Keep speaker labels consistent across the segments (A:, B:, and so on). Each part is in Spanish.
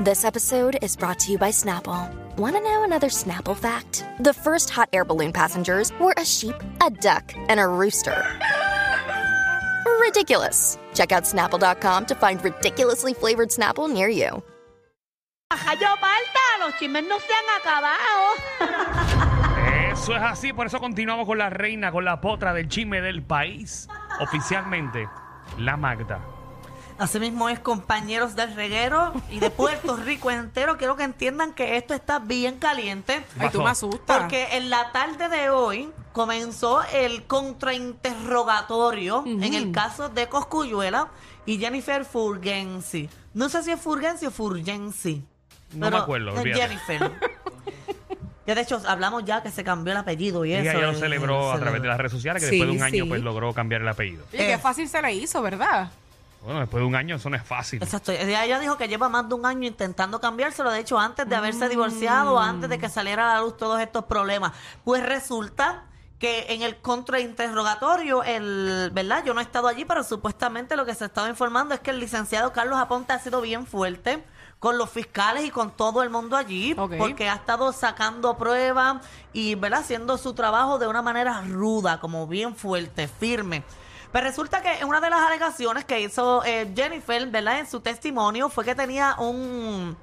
A: This episode is brought to you by Snapple. Want to know another Snapple fact? The first hot air balloon passengers were a sheep, a duck, and a rooster. Ridiculous. Check out snapple.com to find ridiculously flavored Snapple near you.
B: Ajá, yo falta, los chismes no se han acabado.
C: Eso es así, por eso continuamos con la reina, con la potra del chisme del país. Oficialmente, la Magda.
D: Asimismo es compañeros del reguero y de Puerto Rico entero. Quiero que entiendan que esto está bien caliente.
C: ¿Qué
E: Ay, tú
C: pasó?
E: me asustas.
D: Porque en la tarde de hoy comenzó el contrainterrogatorio en el caso de Coscuyuela y Jennifer Furgensi. No sé si es Furgensi o Furgensi.
C: No
D: pero
C: me acuerdo,
D: es
C: olvídate.
D: Jennifer. Ya de hecho hablamos ya que se cambió el apellido y
C: Ella
D: eso.
C: ya lo
D: eh,
C: celebró a
D: celebró.
C: través de las redes sociales, que
E: Sí,
C: después de un año
E: sí.
C: pues logró cambiar el apellido.
E: Oye, qué
D: Eh.
E: fácil se le hizo, ¿verdad?
C: Bueno, después de un año eso no es fácil.
D: Exacto. Ella ella dijo que lleva más de un año intentando cambiárselo. De hecho, antes de haberse divorciado, antes de que saliera a la luz todos estos problemas. Pues resulta que en el contrainterrogatorio, el, ¿verdad? Yo no he estado allí, pero supuestamente lo que se estaba informando es que el licenciado Carlos Aponte ha sido bien fuerte con los fiscales y con todo el mundo allí,
E: Ok.
D: porque ha estado sacando pruebas y, ¿verdad? Haciendo su trabajo de una manera ruda, como bien fuerte, firme. Pero resulta que una de las alegaciones que hizo eh, Jennifer, ¿verdad? En su testimonio fue que tenía un,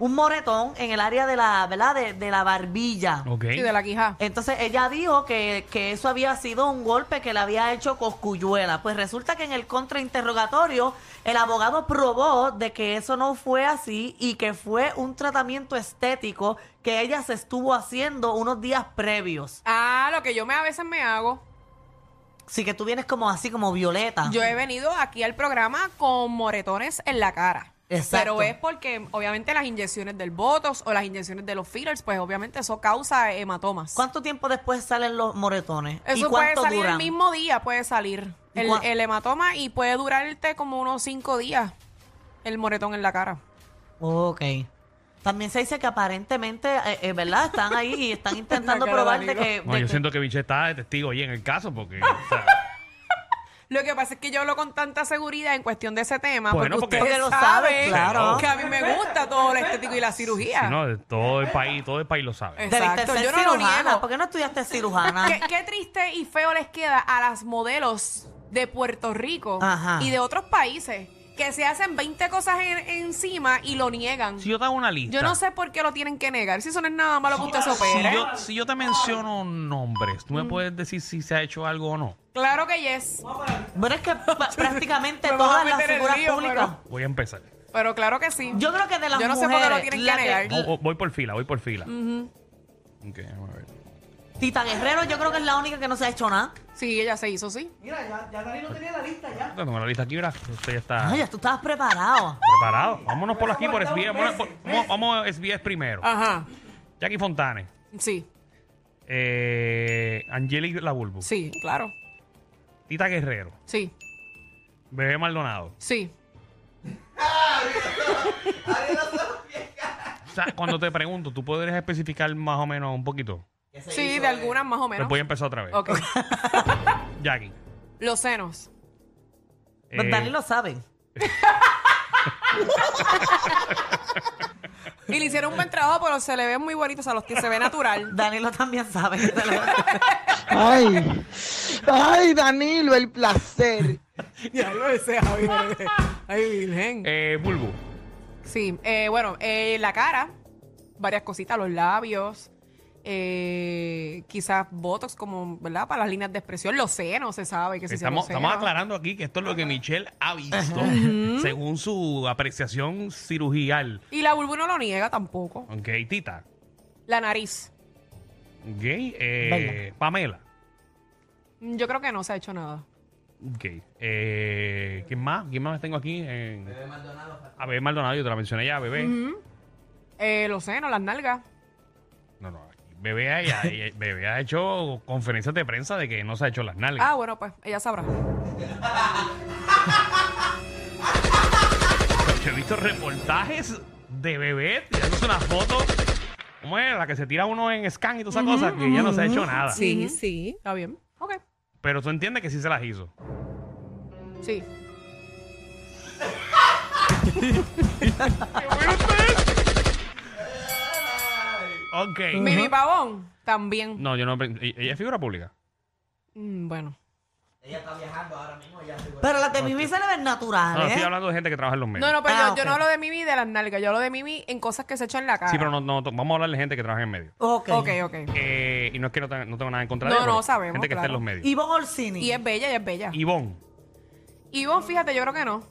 D: un moretón en el área de la, ¿verdad? De, de la barbilla.
C: Ok.
E: Sí, de la quijá.
D: Entonces ella dijo que, que eso había sido un golpe que le había hecho Coscuyuela. Pues resulta que en el contrainterrogatorio el abogado probó de que eso no fue así y que fue un tratamiento estético que ella se estuvo haciendo unos días previos.
E: Ah, lo que yo me a veces me hago.
D: Así que tú vienes como así, como violeta.
E: Yo he venido aquí al programa con moretones en la cara.
D: Exacto.
E: Pero es porque, obviamente, las inyecciones del Botox o las inyecciones de los fillers, pues obviamente eso causa hematomas.
D: ¿Cuánto tiempo después salen los moretones? ¿Y
E: Eso puede
D: cuánto
E: salir
D: duran?
E: el mismo día, puede salir
D: ¿Y
E: el,
D: cuán-
E: el hematoma y puede durarte como unos cinco días el moretón en la cara.
D: Ok. También se dice que aparentemente, eh, eh, ¿verdad? Están ahí y están intentando
E: La cara de
D: probar de
E: Danilo.
D: que...
C: No,
D: de
C: yo
D: que-
C: siento que Biche está de testigo ahí en el caso porque... o sea,
E: Lo que pasa es que yo hablo con tanta seguridad en cuestión de ese tema,
C: Bueno,
E: porque,
C: porque-
E: ustedes
D: Porque lo
E: saben
D: sabe, claro.
E: que a mí me gusta todo lo estético y la cirugía.
C: si no, de todo el país, todo el país lo sabe.
E: Exacto,
D: Debiste ser
E: yo no lo
D: cirujana.
E: niego.
D: ¿Por qué no estudiaste cirujana?
E: ¿Qué, qué triste y feo les queda a las modelos de Puerto Rico
D: Ajá.
E: y de otros países que se hacen 20 cosas en- encima y lo niegan.
C: Si yo te hago una lista...
E: Yo no sé por qué lo tienen que negar. Si eso no es nada malo que usted se
C: Si
E: opere.
C: yo, si yo te menciono nombres,
E: Mm.
C: ¿tú me puedes decir si se ha hecho algo o no?
E: Claro que yes.
D: Bueno, es que pa- prácticamente
E: Me vas a
D: todas las
E: meter en
D: figuras
E: lío,
D: públicas...
C: Voy a empezar.
E: Pero claro que sí.
D: Yo creo que de las
E: Yo no sé por qué
D: mujeres...
E: lo tienen que
D: la que-
E: negar.
C: O- o- voy por fila, voy por fila. Ok, vamos a ver.
D: Tita Guerrero yo creo que es la única que no se ha hecho nada.
E: Sí, ella se hizo, sí.
C: Yo Tengo la lista aquí, mira. Usted ya está...
D: Ay, Ah, ya tú estabas preparado.
C: Preparado. Vámonos por aquí, por SBS. Vámonos por- Vamos, vamos a SBS primero.
E: Ajá.
C: Jackie Fontane.
E: Sí,
C: Eh, Angelique Labulbo.
E: sí, claro.
C: Tita Guerrero.
E: Sí,
C: Bebé Maldonado.
E: sí.
C: O sea, cuando te pregunto, ¿tú podrías especificar más o menos un poquito?
E: Sí, de algunas más o menos.
C: Pues voy a empezar otra vez.
E: Ok.
C: Jackie.
E: Los senos.
D: Pero
E: Pues
C: eh,
D: Pues Danilo sabe.
E: Y le hicieron un buen trabajo, pero se le ven muy bonitos a los que se ve natural.
D: Danilo también sabe.
F: Ay, ay, Danilo, el placer.
E: Diablo ese, Javier. Ay, virgen.
C: eh, Bulbo.
E: Sí, eh, bueno, eh, la cara, varias cositas, los labios, eh, quizás botox como, ¿verdad? Para las líneas de expresión, los senos, se sabe que se hicieron
C: Estamos,
E: los
C: estamos
E: senos.
C: aclarando aquí que esto es lo que Michelle ha visto según su apreciación cirugial.
E: Y la vulva no lo niega tampoco.
C: Ok, Tita.
E: La nariz,
C: Ok, eh, Pamela.
E: mm, yo creo que no se ha hecho nada.
C: Ok. Eh, ¿Quién más? ¿Quién más tengo aquí? Eh, a Bebé Maldonado, yo te la mencioné ya, Bebé.
E: Eh, los senos, las nalgas.
C: No, no. Bebé ha, ella- ella- bebé ha hecho conferencias de prensa de que no se ha hecho las nalgas.
E: Ah, bueno, pues ella sabrá.
C: Yo he visto reportajes de bebé tirándose una foto. ¿Cómo es? La que se tira uno en scan y todas esas cosas, que ella no se ha hecho nada.
G: Sí, sí.
E: Está bien. Ok.
C: Pero tú entiendes que sí se las hizo.
E: Sí.
C: Ok.
E: Mimi Pavón, también.
C: Mm. No, yo no. Ella es figura pública.
E: Mm, bueno.
D: Pero las de Mimi se le ven
C: No, no,
D: naturales.
C: estoy
D: ¿eh?
C: hablando de gente que trabaja en los medios.
E: No, no, pero
D: Ah,
E: yo, yo
D: ok.
E: no hablo de Mimi de las nalgas. Yo hablo de Mimi en cosas que se echan en la cara.
C: Sí, pero no, no, to- vamos a hablar de gente que trabaja en medios.
D: Ok.
E: Ok, ok.
C: Eh, y no es que no, tenga- no tengo nada en contra
E: No,
C: de ella,
E: no,
C: pero
E: sabemos,
C: Gente que está en
E: claro.
C: los medios.
D: Ivonne Orsini.
E: Y es bella, y es bella.
C: Ivonne,
E: Ivonne, fíjate, yo creo que no.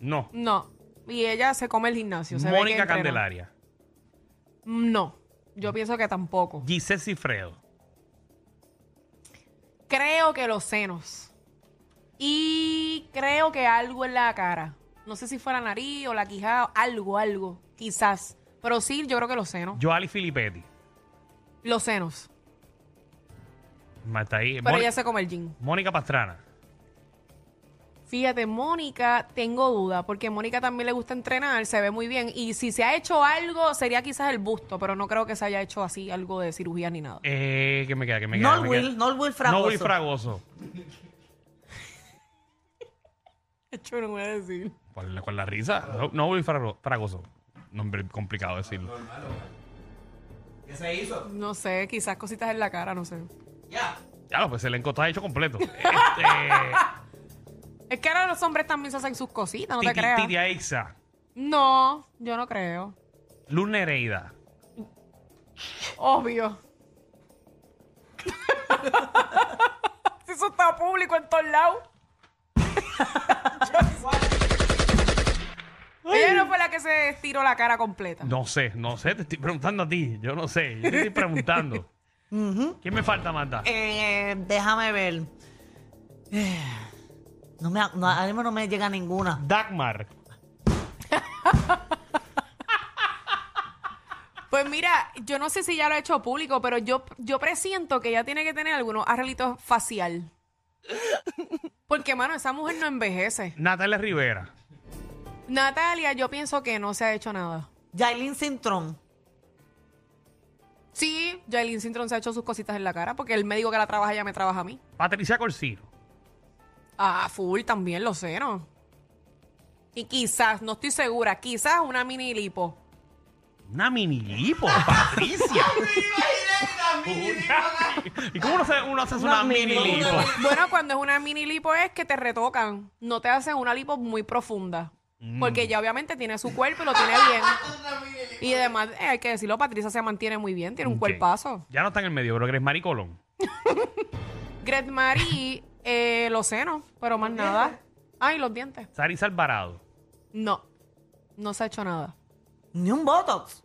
C: no.
E: No. Y ella se come el gimnasio. se ve que
C: Mónica
E: entrena. Mm,
C: Candelaria.
E: No. Yo pienso que tampoco.
C: Giselle Cifredo.
E: Creo que los senos. Y creo que algo en la cara. No sé si fue la nariz o la quijada, algo, algo. Quizás. Pero sí, yo creo que los senos.
C: Joali Filippetti.
E: Los senos.
C: Mata ahí.
E: Pero
C: Eh, Mónica-
E: ella se come el jean.
C: Mónica Pastrana.
E: Fíjate, Mónica, tengo duda, porque a Mónica también le gusta entrenar, se ve muy bien. Y si se ha hecho algo, sería quizás el busto, pero no creo que se haya hecho así algo de cirugía ni nada.
C: Eh, ¿Qué me queda? ¿Qué me queda?
D: Nol
C: Me
D: Will,
C: queda-
D: Nol Will Fragoso.
C: Nolwi Fragoso.
E: Yo no voy a decir.
C: ¿Cuál, cuál la risa? No- Nolwi Frago- Fragoso. Nombre complicado decirlo.
E: No sé, quizás cositas en la cara, no sé.
C: Ya lo, pues el elenco está hecho completo. este,
E: Es que ahora los hombres también se hacen sus cositas, no te
C: Titi,
E: creas.
C: Titi Aixa.
E: No, yo no creo.
C: Luz Nereida.
E: Obvio. Si Eso está público en todos lados. Ella no fue la que se estiró la cara completa.
C: No sé, no sé. Te estoy preguntando a ti. Yo no sé. Yo te estoy preguntando. ¿Quién me falta, Manda?
D: Eh, déjame ver. Eh, No me, no, ahora mismo no me llega ninguna.
C: Dagmar.
E: Pues mira, yo no sé si ya lo ha hecho público, pero yo, yo presiento que ella tiene que tener algunos arreglitos facial. Porque, mano, esa mujer no envejece.
C: Natalia Rivera.
E: Natalia, yo pienso que no se ha hecho nada.
D: Yailin Cintrón.
E: Sí, Jailin Sintron se ha hecho sus cositas en la cara, porque el médico que la trabaja ya me trabaja a mí.
C: Patricia Corsino.
E: Ah, full también, los senos. Y quizás, no estoy segura, quizás una mini lipo.
C: Una mini lipo, Patricia. Una- ¿Y cómo uno hace, uno hace una, mini lipo?
E: Bueno, cuando es una mini lipo es que te retocan, no te hacen una lipo muy profunda. Porque ya obviamente tiene su cuerpo y lo tiene bien. y además, eh, hay que decirlo, Patricia se mantiene muy bien, tiene un
C: Ok.
E: cuerpazo.
C: Ya no está en el medio, pero que es Mari Colón.
E: Gret Marie, eh, los senos, pero más nada. Ay, los dientes.
C: Saris Alvarado.
E: No, no se ha hecho nada.
D: Ni un Botox.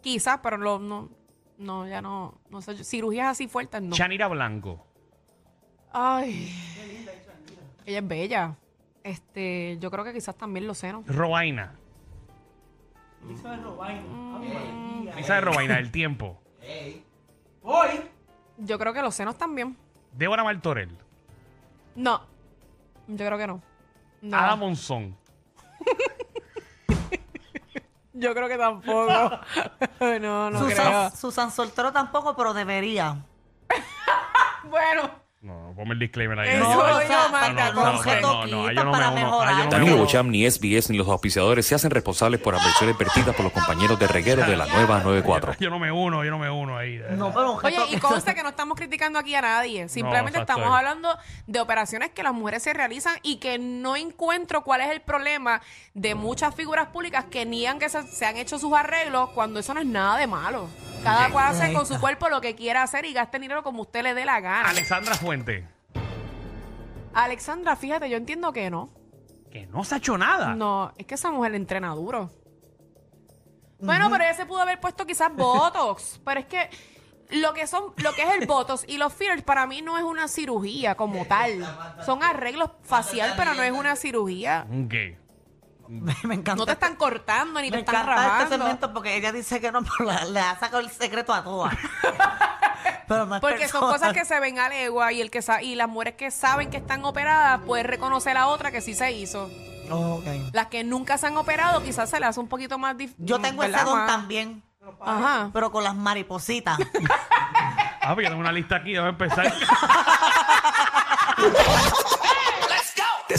E: Quizás, pero lo- no, no, ya no, no se ha hecho- Cirugías así fuertes, no.
C: Chanira Blanco.
E: Ay. Ella es bella. Este, yo creo que quizás también los senos.
C: Robaina. Lisa de Mm. Robaina, el tiempo.
E: Yo creo que los senos también.
C: Débora Martorell.
E: No. Yo creo que no. No.
C: Ada Monzón.
E: Yo creo que tampoco. no, no
D: Susan, Susan Soltero tampoco, pero debería.
E: creo. Bueno.
C: No, no, ponme el disclaimer ahí.
E: Eso
C: Ahí va.
E: lo digo Magda,
D: para
E: con
D: coger
C: no, no, ahí yo
D: toquitas
C: no me
D: para
C: uno, ahí yo
D: mejorar.
C: no me
H: Ni
C: uno.
H: Bocham, ni SBS, ni los auspiciadores se hacen responsables por adversiones vertidas por los compañeros de reguero de la nueva 94.
C: Yo no me uno, yo no me uno ahí.
D: No, pero un
E: Oye, y
D: gesto-
E: conste que no estamos criticando aquí a nadie. Simplemente
C: exacto.
E: estamos hablando de operaciones que las mujeres se realizan y que no encuentro cuál es el problema de muchas figuras públicas que niegan que se, se han hecho sus arreglos cuando eso no es nada de malo. Cada cual hace con su cuerpo lo que quiera hacer y gaste dinero como usted le dé la gana.
C: Alexandra Fuente.
E: Alexandra, fíjate, yo entiendo que no.
C: Que no se ha hecho nada.
E: No, es que esa mujer entrena duro. Bueno, pero ella se pudo haber puesto quizás Botox. pero es que lo que son, lo que es el Botox y los fillers para mí no es una cirugía como tal. Son arreglos facial, pero no es una cirugía.
C: Ok.
D: Me, me encanta.
E: No te están cortando ni
D: me
E: te están
D: encanta este
E: rabando.
D: segmento porque ella dice que no, pero la- le ha sacado el secreto a todas. pero no es
E: Porque son
D: personal.
E: cosas que se ven a legua y, el que sa- y las mujeres que saben que están operadas pueden reconocer a otra que sí se hizo.
D: Ok.
E: Las que nunca se han operado quizás se las hace un poquito más difícil.
D: Yo tengo ese don también,
E: Ajá.
D: pero con las maripositas.
C: Ah, pues yo tengo una lista aquí, debo empezar.
G: Te